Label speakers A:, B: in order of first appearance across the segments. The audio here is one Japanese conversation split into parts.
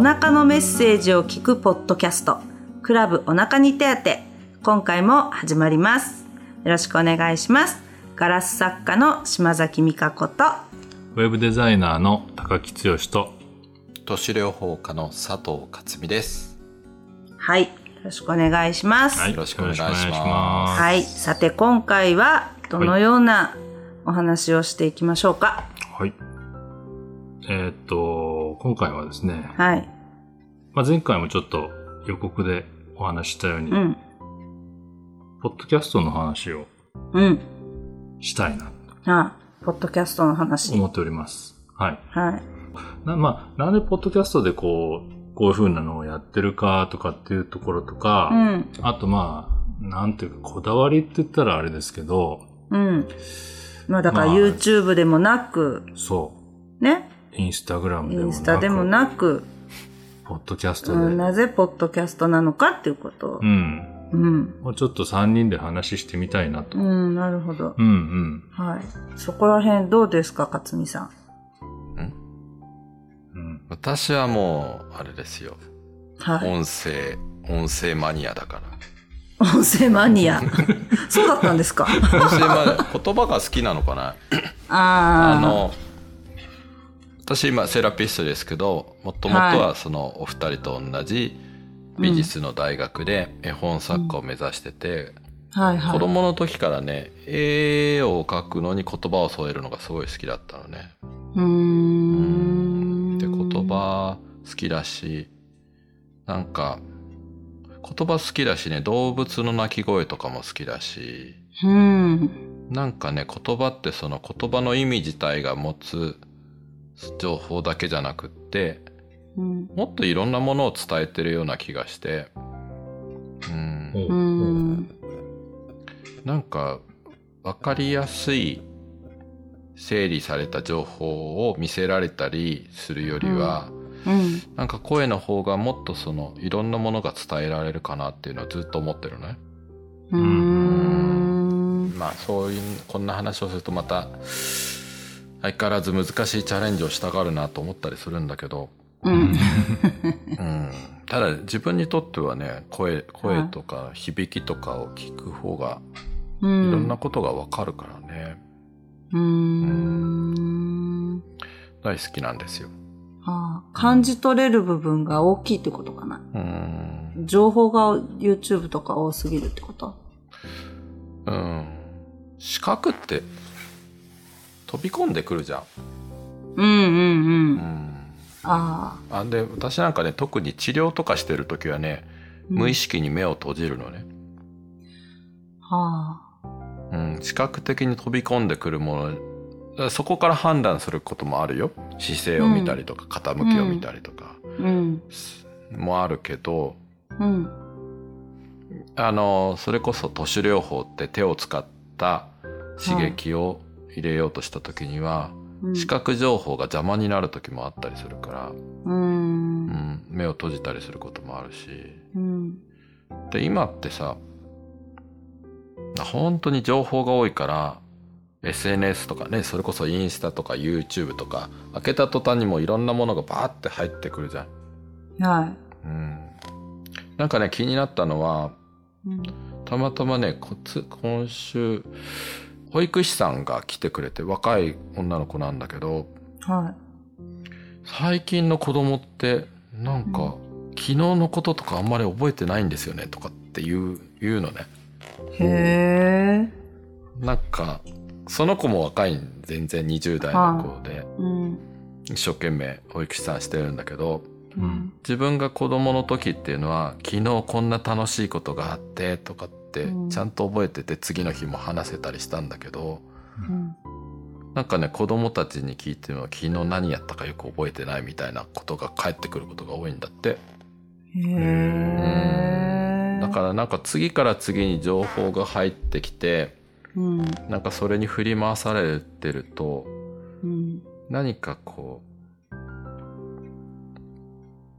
A: メッセージを聞くポッドキャスト、クラブお腹に手当て、今回も始まります。よろしくお願いします。ガラス作家の島崎美香子と、
B: ウェブデザイナーの高木剛と、
C: 都市療法科の佐藤克美です。
A: はい、よろしくお願いします。
C: いよろしくお願いします
B: よろくお願いしま
A: はい、さて今回はどのようなお話をしていきましょうか。
B: すはい。えーっと、今回はですね、
A: はい、
B: まあ、前回もちょっと予告でお話ししたように、
A: うん、
B: ポッドキャストの話を
A: うん、
B: したいな
A: あ、ポッドキャストの
B: と
A: 話。
B: 思っております。はい。
A: はい、
B: な、まあ、なんでポッドキャストでこう、こういう風なのをやってるかとかっていうところとか、
A: うん、
B: あとまあ、なんていうか、こだわりって言ったらあれですけど、
A: うん。まあだから
B: まあ
A: YouTube でもなく、
B: そ
A: ね、
B: う、インスタグラム
A: イ
B: でもな
A: ン
B: く、
A: スタでもなく、
B: ポッドキャストで、
A: うん、なぜポッドキャストなのかっていうこと
B: う。ん。
A: うん、
B: もうちょっと3人で話してみたいなと。
A: う
B: うん
A: ん、なるほど。
B: うん。
A: はい。そこら辺どうですか、勝美さん。
B: うん、
C: 私はもう、あれですよ。
A: はい。
C: 音声、音声マニアだから。
A: 音声マニ ア。そうだったんですか。
C: 音声マニア、 言葉が好きなのかなあ
A: ああ。
C: の、私今セラピストですけど、もともとはそのお二人と同じ美術の大学で絵本作家を目指してて、
A: はいはい。
C: 子供の時からね、絵を描くのに言葉を添えるのがすごい好きだったのね。
A: うーん。
C: で言。葉好きだしなんか言葉好きだしね動物の鳴き声とかも好きだし
A: うん。
C: なんかね言葉ってその言葉の意味自体が持つ情報だけじゃなくって
A: うん。
C: もっといろんなものを伝えてるような気がしてうん
B: お
A: う
B: うん
A: ん。
C: なんか分かりやすい整理された情報を見せられたりするよりは、
A: うん。
C: なんか声の方がもっとそのいろんなものが伝えられるかなっていうのはずっと思ってるね。
A: うーん。
C: まあそういうこんな話をするとまた相変わらず難しいチャレンジをしたがるなと思ったりするんだけど、
A: うん。
C: うん、ただ自分にとってはね声声とか響きとかを聞く方が
A: う
C: い
A: ん。
C: ろんなことがわかるからね、
A: うーん。
C: 大好きなんですよ。
A: ああ感じ取れる部分が大きいってことかな。
C: うん、
A: 情報が YouTube とか多すぎるってこと
C: うん、視覚って飛び込んでくるじゃん。
A: うんうんう。
C: うんん
A: ああ。
C: あで私なんかね特に治療とかしてる時はね無意
A: 識。
C: 識に目を閉じるのね、
A: はあ。
C: うん、視覚的に飛び込んでくるものだからそこから判断することもあるよ姿勢を見たりとか傾きを見たりとか
A: うん。
C: もあるけど、
A: うん。
C: あのそれこそ都市療法って手を使った刺激を入れようとした時には、
A: うん
C: 視覚情報が邪魔になる時もあったりするか
A: う。
C: ら、うんん、目を閉じたりすることもあるし。
A: うん。
C: で今ってさ本当に情報が多いから SNS とかねそれこそインスタとか YouTube とか開けた途端にもういろんなものがバーって入ってくるじゃん。
A: は。
C: うん、なんかね気になったのはい
A: うん
C: たまたまねこつ今週保育士さんが来てくれて若い女の子なんだけど
A: は
C: 最近の子供ってなんか、昨日のこととかあんまり覚えてないんですよねとかっていう言うのね。
A: い。へえ。
C: なんか、その子も若いん全然20代の子で、
A: うん。
C: 一生懸命保育士さんしてるんだけど、
A: うん。
C: 自分が子供の時っていうのは、昨日こんな楽しいことがあってとかって
A: うん、
C: ちゃんと覚えてて次の日も話せたりしたんだけど、
A: うん
C: なんかね、子供たちに聞いても昨日何やったかよく覚えてないみたいなことが返ってくることが多いんだって。
A: へえ。
C: だからなんか次から次に情報が入ってきて、
A: うん。
C: なんかそれに振り回されてると、
A: うん。
C: 何かこ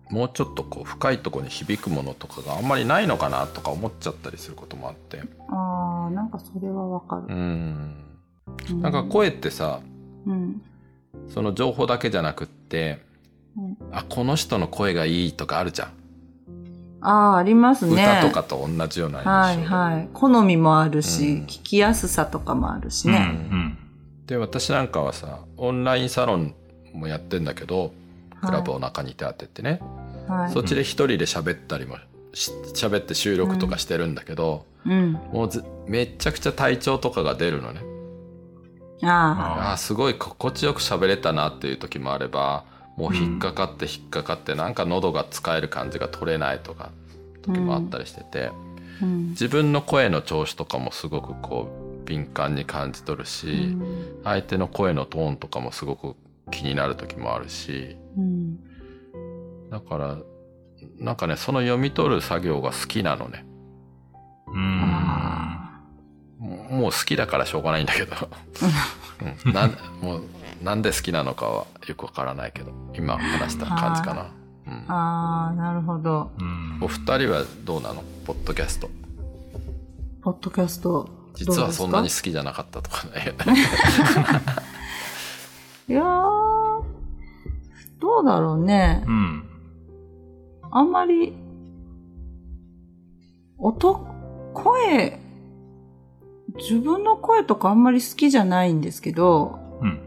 C: うもうちょっとこう深いところに響くものとかがあんまりないのかなとか思っちゃったりすることもあって
A: ああ、なんかそれはわか
C: う
A: る。
C: ん
A: う
C: なんか声ってさ
A: うん。
C: その情報だけじゃなくって
A: うん
C: あこの人の声がいいとかあるじゃん、
A: ああ、ありますね。
C: 歌とかと同じような
A: はい
C: 印象で,、
A: はい。好みもあるし、
C: うん
A: 聞きやすさとかもあるし
B: うんう
A: ね。
B: ん。
C: で私なんかはさオンラインサロンもやってんだけどクラブ
A: を。
C: お腹に手当てってね、
A: はい
C: そっちで一人で喋ったりもし喋って収録とかしてるんだけど、
A: うん。
C: もうずめっちゃくちゃ体調とかが出るのね
A: ああ。
C: あーすごい心地よく喋れたなっていう時もあればもう引っかかって引っかかってなんか喉が使える感じが取れないとか時もあったりしてて、
A: うん。
C: 自分の声の調子とかもすごくこう敏感に感じ取るし、
A: うん
C: 相手の声のトーンとかもすごく気になる時もあるし
A: うん
C: だからなんかねその読み取る作業が好きなのね
B: うん。
C: もうもう好きだからしょうがないんだけど、うん、なんもうなんで好きなのかはよくわからないけど今話した感じかな、うん、
A: ああ、なるほど。
B: うん
C: お二人はどうなのポッドキャスト
A: ポッドキャスト。
C: 実はそんなに
A: どうで
C: 好きじゃなかったとかね
A: すかいやーどうだろうね
B: う。ん。
A: あんまり、音、声、自分の声とかあんまり好きじゃないんですけど、
B: うん。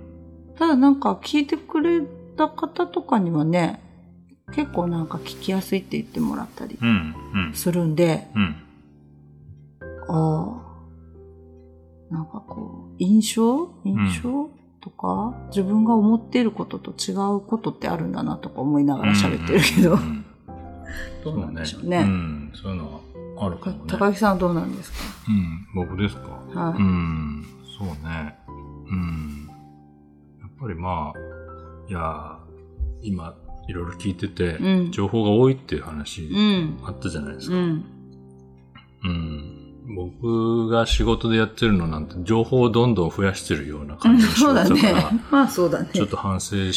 A: ただなんか聞いてくれた方とかにはね、結構なんか聞きやすいって言ってもらったり
B: うん。うん。
A: するんで、
B: うん。
A: ああ、なんかこう、印象印象、とか、自分が思っていることと違うことってあるんだなとか思いながら喋ってるけど、
B: うん
A: どうなんでし
B: そ
A: ょ
B: う
A: う
B: ね。う
A: ね。
B: ん。そういうのはあるかもね。
A: 高木さんどうなんですか
B: うん。僕ですか。
A: は
B: う
A: い。
B: ん。そうね。うん。やっぱりまあ、いや、今、いろいろ聞いてて、
A: うん
B: 情報が多いっていう話
A: うん。
B: あったじゃないです
A: う
B: か。
A: ん。
B: うん。僕が仕事でやってるのなんて、情報をどんどん増やしてるような感じの仕
A: そう
B: 事だ
A: だ
B: から、
A: ね。 まあそうだね。
B: ちょっと反省し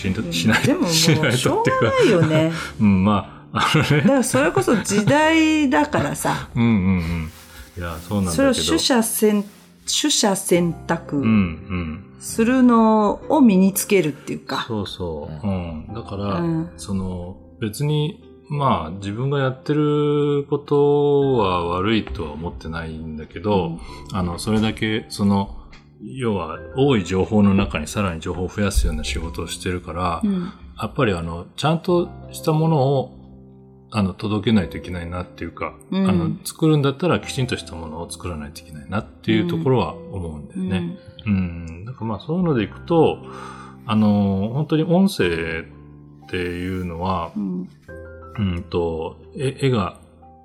B: しない、
A: でももう、
B: しない
A: しょ
B: と
A: う
B: っていう
A: が
B: か、
A: ないよね。
B: うん、まあ、あの
A: だか
B: ね、
A: らそれこそ時代だから さ、
B: うんうんうん。いや、そうなんだけ
A: それ
B: ど。
A: を取捨選、取捨選択
B: うんうん。
A: するのを身につけるっていうか。
B: そうそう。
C: う
B: うん。だから、
A: うん
B: その、別に、まあ、自分がやってることは悪いとは思ってないんだけど、あの、それだけ、その、要は、多い情報の中にさらに情報を増やすような仕事をしてるから、
A: うん。
B: やっぱりあの、ちゃんとしたものを、あの、届けないといけないなっていうか、
A: うん
B: あの、作るんだったらきちんとしたものを作らないといけないなっていうところは思うんだよね。うん。だからまあそういうのでいくと、あの、本当に音声っていうのは
A: う、ん。
B: うんと、絵絵が、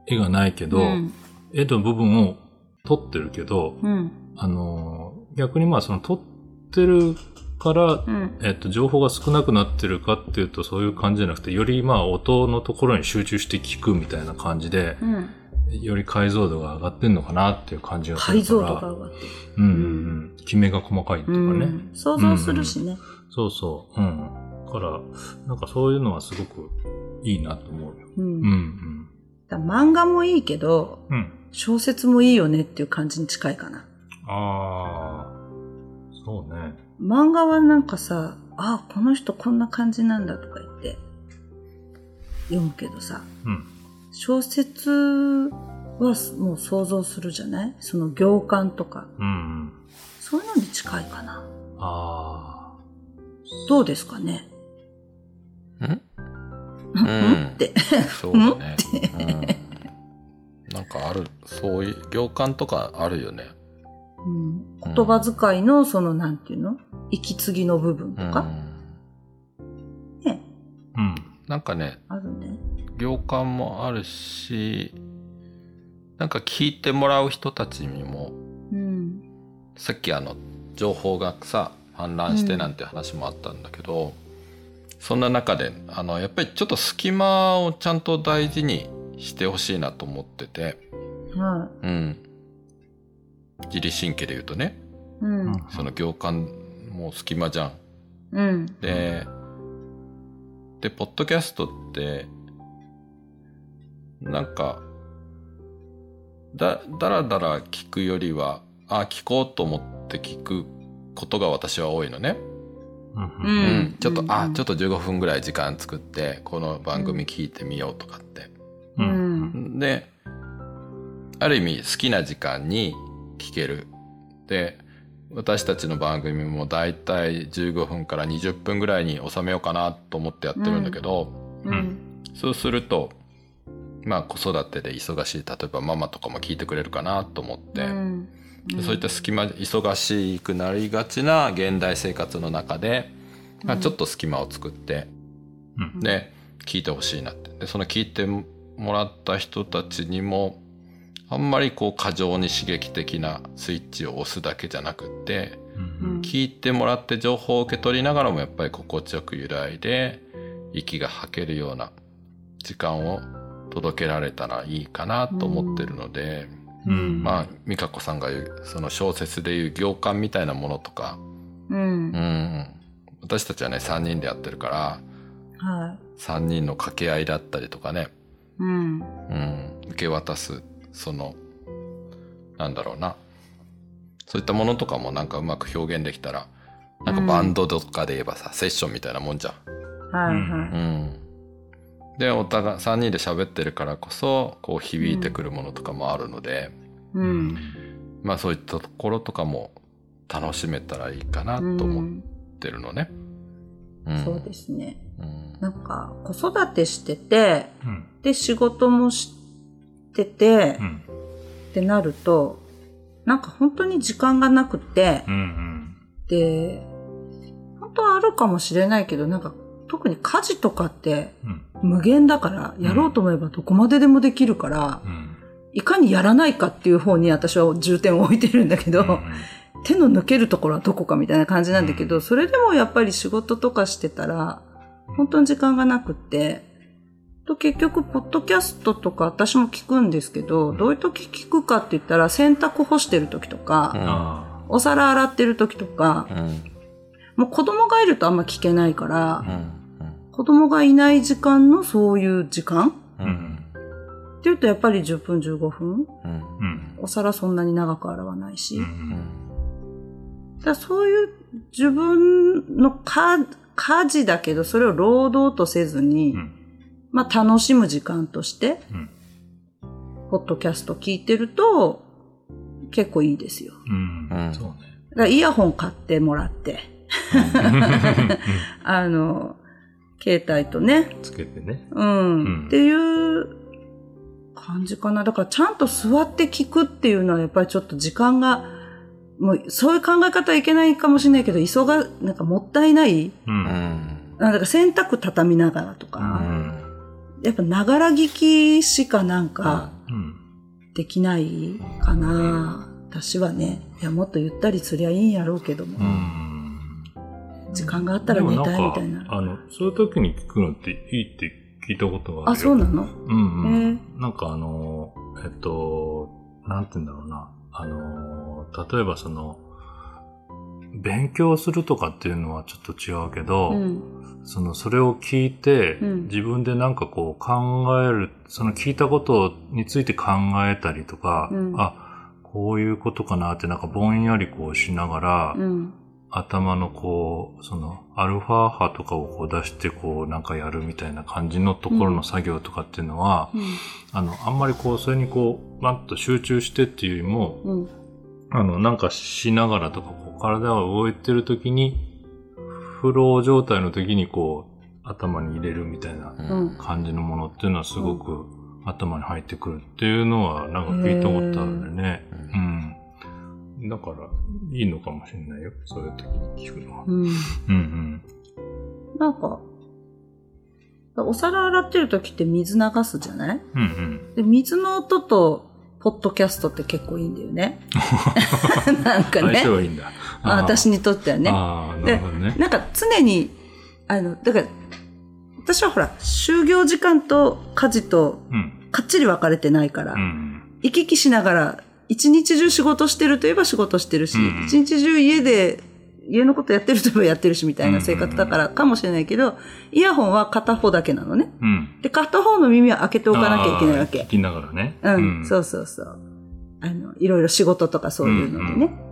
B: 絵がないけど、
A: うん
B: 絵の部分を撮ってるけど、
A: うん。
B: あの、逆にまあその撮ってるから、
A: うん。
B: えっと、情報が少なくなってるかっていうとそういう感じじゃなくて、よりまあ音のところに集中して聞くみたいな感じで、
A: うん。
B: より解像度が上がってんのかなっていう感じがするから。
A: 解像度が上がってる
B: うんうんうん。きめが細かいとかね。
A: うん想像するしね。
B: そうそう。うん。だから、なんかそういうのはすごくいいなと思うよ。
A: うん
B: うんうん。
A: だから漫画もいいけど、
B: うん。
A: 小説もいいよねっていう感じに近いかな。
B: ああ、そうね。
A: 漫画はなんかさ、ああ、この人こんな感じなんだとか言って読むけどさ、
B: うん。
A: 小説はもう想像するじゃないその行間とか。
B: うん、うん。
A: そういうのに近いかな。
B: あ
A: どうですかね
C: うん
A: うん
C: うん
A: って。
C: そうだね、うん、なんかあるそういう行間とかあるよね
A: うん言葉遣いのそのなんていうの息継ぎの部分と
C: う
A: か、
C: ん
A: ね、
B: あ、うん。
C: なんかね
A: あるね。
C: 行間もあるしなんか聞いてもらう人たちにも
A: うん。
C: さっきあの情報がさ氾濫してなんて話もあったんだけど、そんな中であのやっぱりちょっと隙間をちゃんと大事にしてほしいなと思ってて、
A: は
C: うん、自律神経で言うとね
A: い。うん。
C: その行間も隙間じゃん。
A: うん。
C: ででポッドキャストってなんかだだらだら聞くよりはあ聞こうと思って聞くことが私は多いのね。
B: うん
A: うん
C: うんちょっと、
A: うん
C: あ、ちょっと15分ぐらい時間作って、この番組聞いてみようとかって。
B: う
A: うんん。
C: で、ある意味好きな時間に聞ける。で、私たちの番組もだいたい15分から20分ぐらいに収めようかなと思ってやってるんだけど、
A: うん。うん。
C: そうすると、まあ子育てで忙しい、例えばママとかも聞いてくれるかなと思って、
A: うん
C: でそういった隙間、忙しくなりがちな現代生活の中で、まあ、ちょっと隙間を作って、
B: うん
C: で聞いてほしいなってでその聞いてもらった人たちにもあんまりこう過剰に刺激的なスイッチを押すだけじゃなくって
A: うん
C: 聞いてもらって情報を受け取りながらもやっぱり心地よく揺らいで息が吐けるような時間を届けられたらいいかなと思ってるので、
B: うん
C: まあ美香子さんが言うその小説でいう行間みたいなものとか、
A: う。
C: うんん、私たちはね3人でやってるから
A: は
C: 3人の掛け合いだったりとかね、
A: い。うん。
C: うん、受け渡すそのなんだろうなそういったものとかもなんかうまく表現できたらなんかバンドとかで言えばさ、セッションみたいなもんじゃん。
A: はい
C: うん
A: は
C: でお互い3人で喋ってるからこそこう響いてくるものとかもあるので、
A: い。うん。
C: まあそういったところとかも楽しめたらいいかなと
A: う
C: 思
A: ん
C: ってるのね。。
A: そうですすね。
C: うん
A: なんか、子育てしてて、
B: うん
A: で、仕事もしてて
B: う、ん
A: ってなると、なんか本当に時間がなくて
B: う、ん
A: で、本当はあるかもしれないけど、なんか、特に家事とかって
B: うん
A: 無限だから、やろうと思えばどこまででもできるから
B: う、ん
A: いかにやらないかっていう方に私は重点を置いてるんだけど、手の抜けるところはどこかみたいな感じなんだけど、それでもやっぱり仕事とかしてたら、本当に時間がなくって、と結局、ポッドキャストとか私も聞くんですけど、どういう時聞くかって言ったら、洗濯干してる時と
C: う
A: か、
C: ん
B: あ
A: お皿洗ってる時とか、もう子供がいるとあんま聞けないから、子供がいない時間のそういう時間
C: うんうんうん
A: っていうとやっぱり10分15分
C: うん
B: あうん
A: お皿そんなに長く洗わないし、
B: う
A: だ
C: うんん
A: からそういう自分のか家事だけどそれを労働とせずに、
B: うん
A: まあ楽しむ時間として
B: うん
A: ポッドキャスト聞いてると結構いいですよ。
B: うん
C: うん
B: そう
A: だからイヤホン買ってもらって、
B: ね
A: あの、携帯とね、
B: つけてね
A: うん、
B: うん
A: っていう感じかな。だからちゃんと座って聞くっていうのはやっぱりちょっと時間が、もうそういう考え方はいけないかもしれないけど、急が、なんかもったいない。
B: うん
C: うん
A: なんだか洗濯畳みながらと
B: う
A: か、
B: ん
A: やっぱながら聞きしかなんか
B: うん
A: できないかな。私はね、いや、もっとゆったりすりゃいいんやろうけど
B: う
A: も、
B: ん
A: 時間があった
B: で
A: ら
B: も
A: 寝
B: なん
A: たいみ
B: か
A: たいな。
B: あのそういう時に聞くのっていいって聞いたことがあるよ
A: あ、そうなの
B: うんうん
A: へ
B: なんかあの、えっと、なんて言うんだろうな。あの、例えばその、勉強するとかっていうのはちょっと違うけど、
A: うん。
B: その、それを聞いて、
A: うん
B: 自分でなんかこう考える、その聞いたことについて考えたりとか、
A: うん
B: あ、こういうことかなってなんかぼんやりこうしながら、
A: うん。
B: 頭のこう、その、アルファ波とかをこう出してこうなんかやるみたいな感じのところの作業とかっていうのは、
A: うん。
B: あの、あんまりこう、それにこう、バンと集中してっていうよりも、
A: うん。
B: あの、なんかしながらとか、こう、体が動いてる時に、フロー状態の時にこう、頭に入れるみたいな
A: うん
B: 感じのものっていうのはすごく頭に入ってくるっていうのは、なんか聞いたことあるんでね。
C: うん
B: うん。だから、いいのかもしれないよ。そういう時に聞くのは。
A: うん
B: うん
A: なんか、お皿洗ってる時って水流すじゃない
B: うん。うん
A: で、水の音と、ポッドキャストって結構いいんだよね。 なん
B: う
A: か
B: ん。相
A: ね
B: 性。がいいんだ。
A: あ私にとっては
B: ね。
A: ね。
B: ああ、なるほどね。
A: なんか常に、あの、だから、私はほら、就業時間と家事と
B: うん。
A: かっちり分かれてないから、
B: うん。
A: 行き来しながら、一日中仕事してるといえば仕事してるし、
B: うん
A: 一日中家で、家のことやってるといえばやってるしみたいな生活だからかもしれないけど、イヤホンは片方だけなのね。
B: うん。
A: で、片方の耳は開けておかなきゃいけないわ
B: あー聞
A: け。
B: きながらね。
A: うん、そううそうそう。あの、いろいろ仕事とかそういうのでね。
B: うん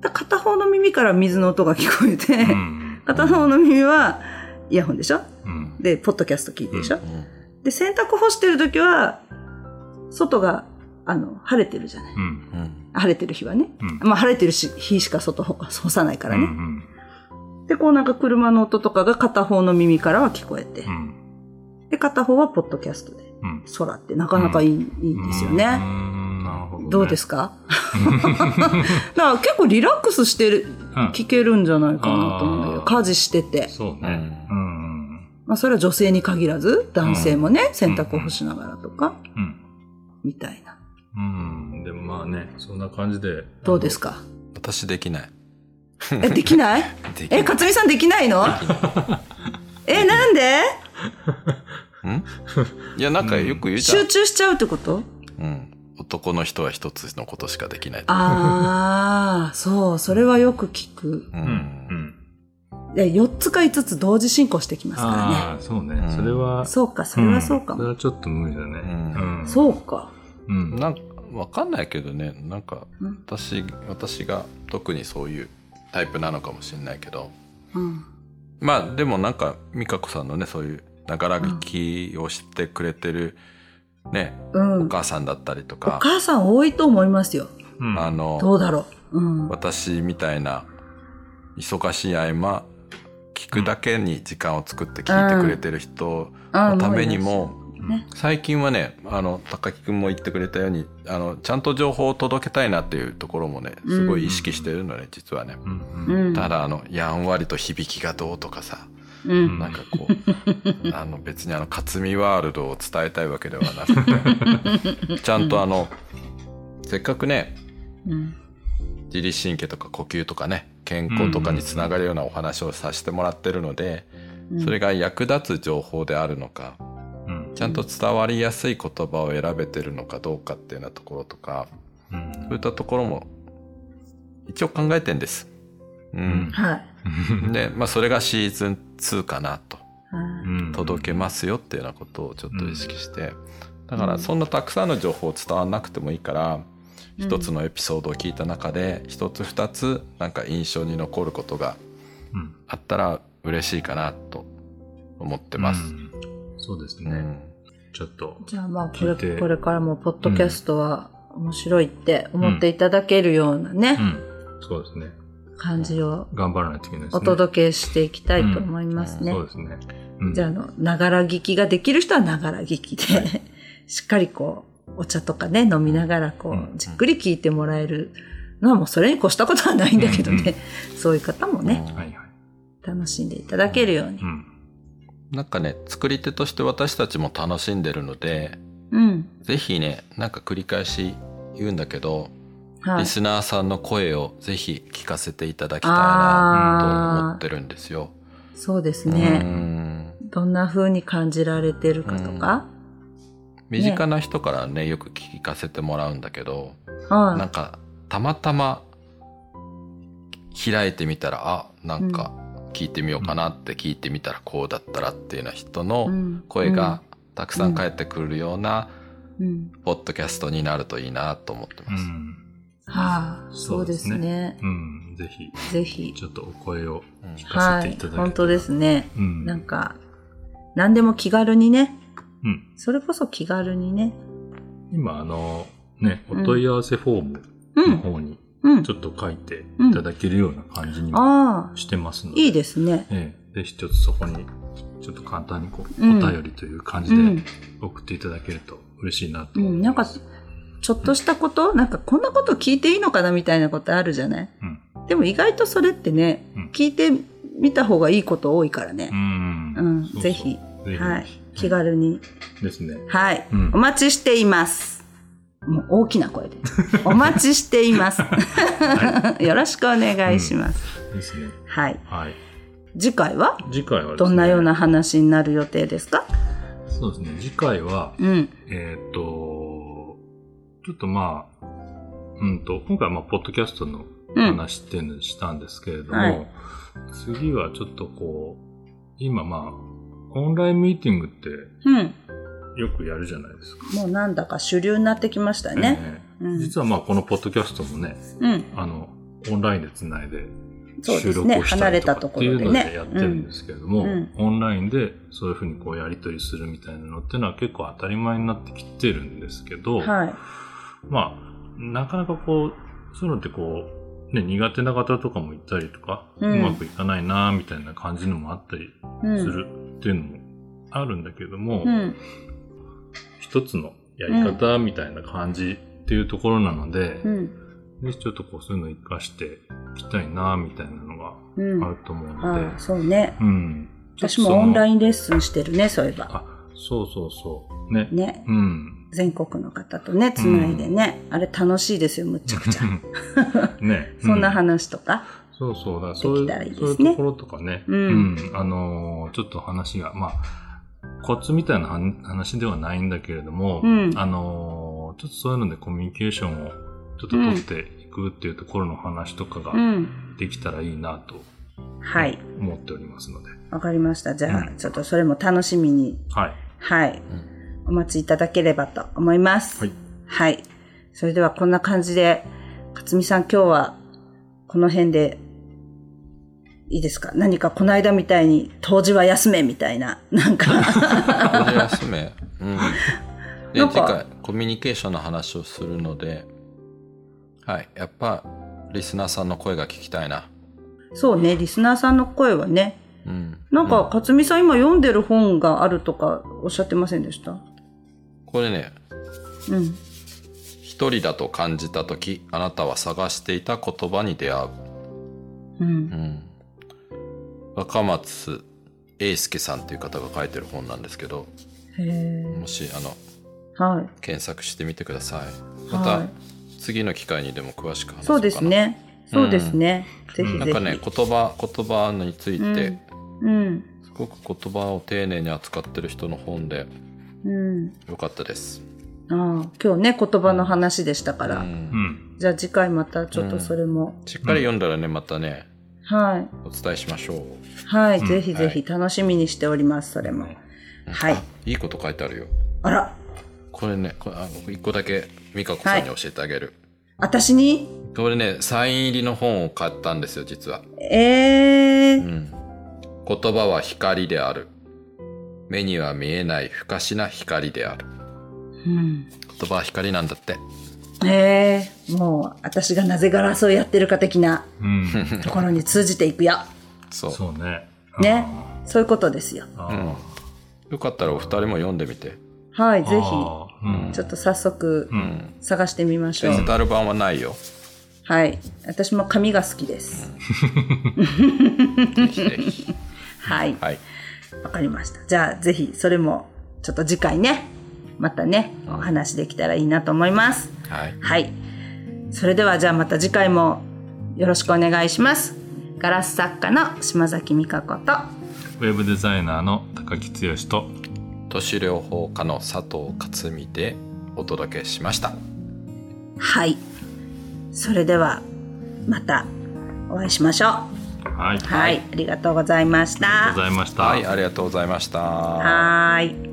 A: だ片方の耳から水の音が聞こえて、
B: ん。
A: 片方の耳はイヤホンでしょ
B: うん。
A: で、ポッドキャスト聞いてるでしょ、
B: う
A: で、洗濯干してる時は、外が、あの、晴れてるじゃない。
B: うん。
C: うん
A: 晴れてる日はね。
B: うん。
A: まあ、晴れてるし日しか外ほ干さないから
B: うん。う
A: ね。
B: ん。
A: で、こうなんか車の音とかが片方の耳からは聞こえて
B: う。ん。
A: で、片方はポッドキャストで。
B: うん。
A: 空ってなかなかいい,、いいんですよね。
B: うんなるほど、ね。
A: どうですか だから結構リラックスしてる
B: うん
A: 聞けるんじゃないかなと思うんだけど
B: あー
A: 家事してて、
B: そうね。うん。うん。
A: まあ、それは女性に限らず男性もね、洗濯を干しながらとか、
B: うん。
A: みたいな
B: うん。でもまあね、そんな感じで。
A: どうです
B: か
A: か
C: 私できない。
A: えできない
C: できな
A: え
C: い。
A: 克美さんできないのえなんで
C: ん いや、なんかよく言うじゃん
A: 集。中しちゃうってこと
C: うん。男の人は一つのことしかできない。
A: ああ そうそれはよく聞く
C: う。
B: うん。うんん。
A: で4つか5つ同時進行してきますか
B: ああ、そうね。
C: うん
B: それ
A: ら
B: は。
A: ねそうかそれはそうか
B: んそ
A: も、
B: れはちょっと無理だね。
C: うん
B: うん。
A: そうか
B: う。うん。
C: なんか、わかんないけどね、なんか
A: うん、
C: 私、私が特にそういうタイプなのかもしれないけど、
A: うん
C: まあ、でもなんか、美香子さんのね、そういう、ながら聞きをしてくれてる、ね、
A: うん
C: お母さんだったりと
A: お
C: か、
A: 母さん多いと思いますよ。
B: うん
C: あ
A: ど
C: の、
A: うだろう。うん。
C: 私みたいな、忙しい合間、聞くだけに時間を作って聞いてくれてる人
A: あ
C: のためにも、
A: ね
C: 最近はねあの高木君も言ってくれたようにあのちゃんと情報を届けたいなっていうところもねすごい意識してるのね、実はね。
B: うん
A: う
B: うん
A: ん。
C: ただあのやんわりと響きがどうとかさ
A: うん。
C: なんか こうあの別にあの勝見ワールドを伝えたいわけではなく てちゃんとあのせっかくね
A: うん。
C: 自律神経とか呼吸とかね健康とかにつながるようなお話をさせてもらってるので、
A: うん
C: それが役立つ情報であるのか、
B: うん
C: ちゃんと伝わりやすい言葉を選べてるのかどうかっていうようなところとか、
B: うん
C: そういったところも一応考えてんです。うん。
A: はい。
C: で、まあそれがシーズン2かなと。
A: はい
C: 届けますよっていうようなことをちょっと意識して。だからそんなたくさんの情報を伝わらなくてもいいから、
A: うん
C: 一つのエピソードを聞いた中で、一つ二つなんか印象に残ることが
B: うん
C: あったら嬉しいかなと思ってます。
B: うんそうです
C: う
B: ね。
C: ん
B: ちょっと。
A: じゃあまあ、こ
B: 聞いて
A: れ、これからも、ポッドキャストは面白いって思っていただけるような
B: う
A: ね、
B: ん。そうですね。
A: 感じを
B: 頑張らないといけないですね。
A: お届けしていきたいと思いますね
B: そう。ですね。うん
A: じゃあ、あの、ながら聞きができる人はながら聞きで、 しっかりこう、お茶とかね、飲みながらこ
B: うん
A: う、じっくり聞いてもらえるのはもうそれに越したことはないんだけどね、そういう方もね、
B: はいはい。
A: 楽しんでいただけるように
B: う。ん。
C: なんかね、作り手として私たちも楽しんでるので、
A: うん。
C: ぜひね、なんか繰り返し言うんだけど、
A: はい
C: リ。スナーさんの声をぜひ聞かせていただきたいなと思
A: あ
C: っ
A: あ、
C: てるんですよ。
A: そうです
C: う
A: ね。
C: ん
A: どんな風に感じられてるかとか。
C: 身近な人からね、よく聞かせてもらうんだけど、な
A: は
C: んか、たまたま開いてみたら、あ、なんか聞いてみようかなって聞いてみたらこうだったらっていうような人
A: い。う
C: の
A: ん
C: 声が、たくさん返ってくるような、
A: うんうん
C: ポッドキャストになるといいなと思って
B: う
C: ます。
B: ん。
A: はあ、
B: そ
A: そうう
B: で
A: ですすね。
B: うん。ぜひ、
A: ぜひ。
B: ちょっとお声を
C: うん
B: 聞か
A: は
B: せてい
A: い
B: ただけ。たら
A: 本当で。すね。
B: うん。
A: なんか、何でも気軽にね。
B: うん
A: それこそ気軽にね。
B: 今、あの、ね、お問い合わせフォーム
A: う
B: の
A: ん。
B: 方に、
A: うん
B: ち。ょっと書いていただけるような感じにも
A: ああ、
B: してますので。
A: いいですね。
B: ええ。ぜひ、ちょっとそこに、ちょっと簡単にこ
A: う
B: う、
A: ん
B: お便りという感じ
A: う
B: で
A: ん。
B: 送っていただけると嬉しいなと
A: う
B: 思い
A: ん。なんか、
B: ます。
A: ちょっとしたこと、なんかこんなこと聞いていいのかなみたいなことあるじゃない
B: うん
A: でも意外とそれってね
B: うん、
A: 聞いてみた方がいいこと多いからね。
B: うん
A: うん
B: そうそう
A: ぜひ
B: ぜひ
A: はい。気軽に。
B: ですね。
A: はい。
B: うん
A: お待ちしています。もう大きな声で。お待ちしています。 よろしくお願いします。
B: ですね。
A: はい。
B: はい。
A: 次回は
B: 次回はですね
A: どんなような話になる予定ですか
B: そうですね。次回は、
A: うん。
B: えーっと、ちょっとまあ、うんと、今回はまあ、ポッドキャストの
A: うん。
B: 話っていうのをしたんですけれども、
A: はい
B: 次はちょっとこう、今まあ、オンラインミーティングって
A: うん。
B: よくやるじゃないですか。
A: もうなんだか主流になってきましたね。
B: ええ
A: うん。
B: 実はまあ、このポッドキャストもね、
A: うん。
B: あの、オンラインでつないで
A: そうで
B: 収
A: す
B: 録
A: ね
B: をし
A: 離
B: た
A: れ
B: り
A: たと
B: とかっ
A: こ
B: てい
A: ろ
B: う
A: で
B: の
A: ね
B: でやってるんですけれども、
A: うん
B: オンラインでそういうふうにこうやり取りするみたいなのっていうのは結構当たり前になってきてるんですけど、
A: はい
B: まあ、なかなかこう、そういうのってこう、ね、苦手な方とかもいたりとか、
A: う
B: うんまくいかないなみたいな感じのもあったり
A: うん
B: するっていうのもあるんだけども、
A: うん
B: 一つのやり方みたいな感じっていうところなので、
A: うん
B: ぜひちょっとこうそういうの活かしていきたいなみたいなのが
A: うん
B: あると思うので、
A: あそうね
B: うん。
A: 私もオンラ
B: ン。
A: インレッスンしてるねそういえば
B: あ、そうそうそう。ね。
A: ね
B: うん。
A: 全国の方とねつないでね、あれ楽しいですよむちゃくちゃ
B: ね。
A: そんな
B: う
A: 話とか、
B: そうそうだ、そう
A: で
B: い
A: きたらいいで
B: う
A: すね
B: そういうところとかね、
A: うん
B: うんあのーちょっと話が、まあ、コツみたいなはん話ではないんだけれども、
A: うん
B: あのーちょっとそういうのでコミュニケーションをちょっと取っていくっていうところの話とか
A: う
B: が
A: ん
B: できたらいいなと
A: はい
B: 思っておりますので、
A: わかりましたじゃあ、
B: うん
A: ちょっとそれも楽しみに
B: はい。
A: はい、お待ちいただければと思います
B: はい、
A: はいそれではこんな感じで勝美さん今日はこの辺でいいですか何かこの間みたいに当時は休めみたいななんか
C: これで休め。 うん。で、
A: なん
C: 次
A: か
C: 回、コミュニケーションの話をするので、はい。やっぱ、リスナーさんの声が聞きたいな。
A: そうねリスナーさんの声はね
C: うん。
A: なん
C: う
A: か、勝美さん今読んでる本があるとかおっしゃってませんでした
C: これね、
A: うん。
C: 一人だと感じた時あなたは探していた言葉に出会う、
A: う。
C: うんん、若松英介さんという方が書いてる本なんですけど
A: へえ。
C: もしあの
A: はい。
C: 検索してみてくださいま
A: は
C: た次の機会にでも詳しく
A: い。
C: 話そ
A: そう
C: うか
A: で
C: な
A: すね。そうですね。ぜひぜひ。
C: なんかね言葉言葉について、
A: うん。
C: すごく言葉を丁寧に扱ってる人の本で
A: うん。
C: よかったです
A: ああ、今日ね、言葉の話でしたか
C: う
A: ら。
B: うんん。
A: じゃあ次回またちょっとそれも。
C: しっかり読んだらねまたね
A: はい。
C: お伝えしましょう
A: はい。
B: うん
A: ぜひぜひ楽しみにしております、それも。はい。
C: あいいこと書いてあるよ
A: あら、
C: これねこれあの一個だけ美香子さんに教えてあげる、
A: 私に
C: これねサイン入りの本を買ったんですよ実は、
A: ええ
C: う。ん、言葉は光である目には見えない不可視な光である
A: うん。
C: 言葉は光なんだって
A: ええ。もう、私がなぜガラスをやってるか的な
B: うん。
A: ところに通じていくよ。
C: そう
B: そうね。
A: ね。そういうことですよ。
B: あ
C: う
B: ー。
C: ん、よかったらお二人も読んでみて
A: はい、
B: あー
A: ぜひ、
B: うん
A: ちょっと早速
B: う、ん。
A: 探してみましょ
C: デ
A: う。
C: ジタル版はないよ、
A: はい。私も紙が好きです。
C: ぜひぜ ひ
A: はい。
C: はい
A: わかりました。じゃあ、ぜひ、それも、ちょっと次回ね、またね、お話できたらいいなと思います。
C: はい
A: はい。それでは、じゃあまた次回も、よろしくお願いします。ガラス作家の島崎美香子と、
B: ウェブデザイナーの高木剛と、
C: 都市療法家の佐藤克美でお届けしました
A: はい。それでは、また、お会いしましょう。
B: はい。あり
A: はい。ありがとうございました。
B: がとうございました。
C: はいありがとうございました
A: はーい。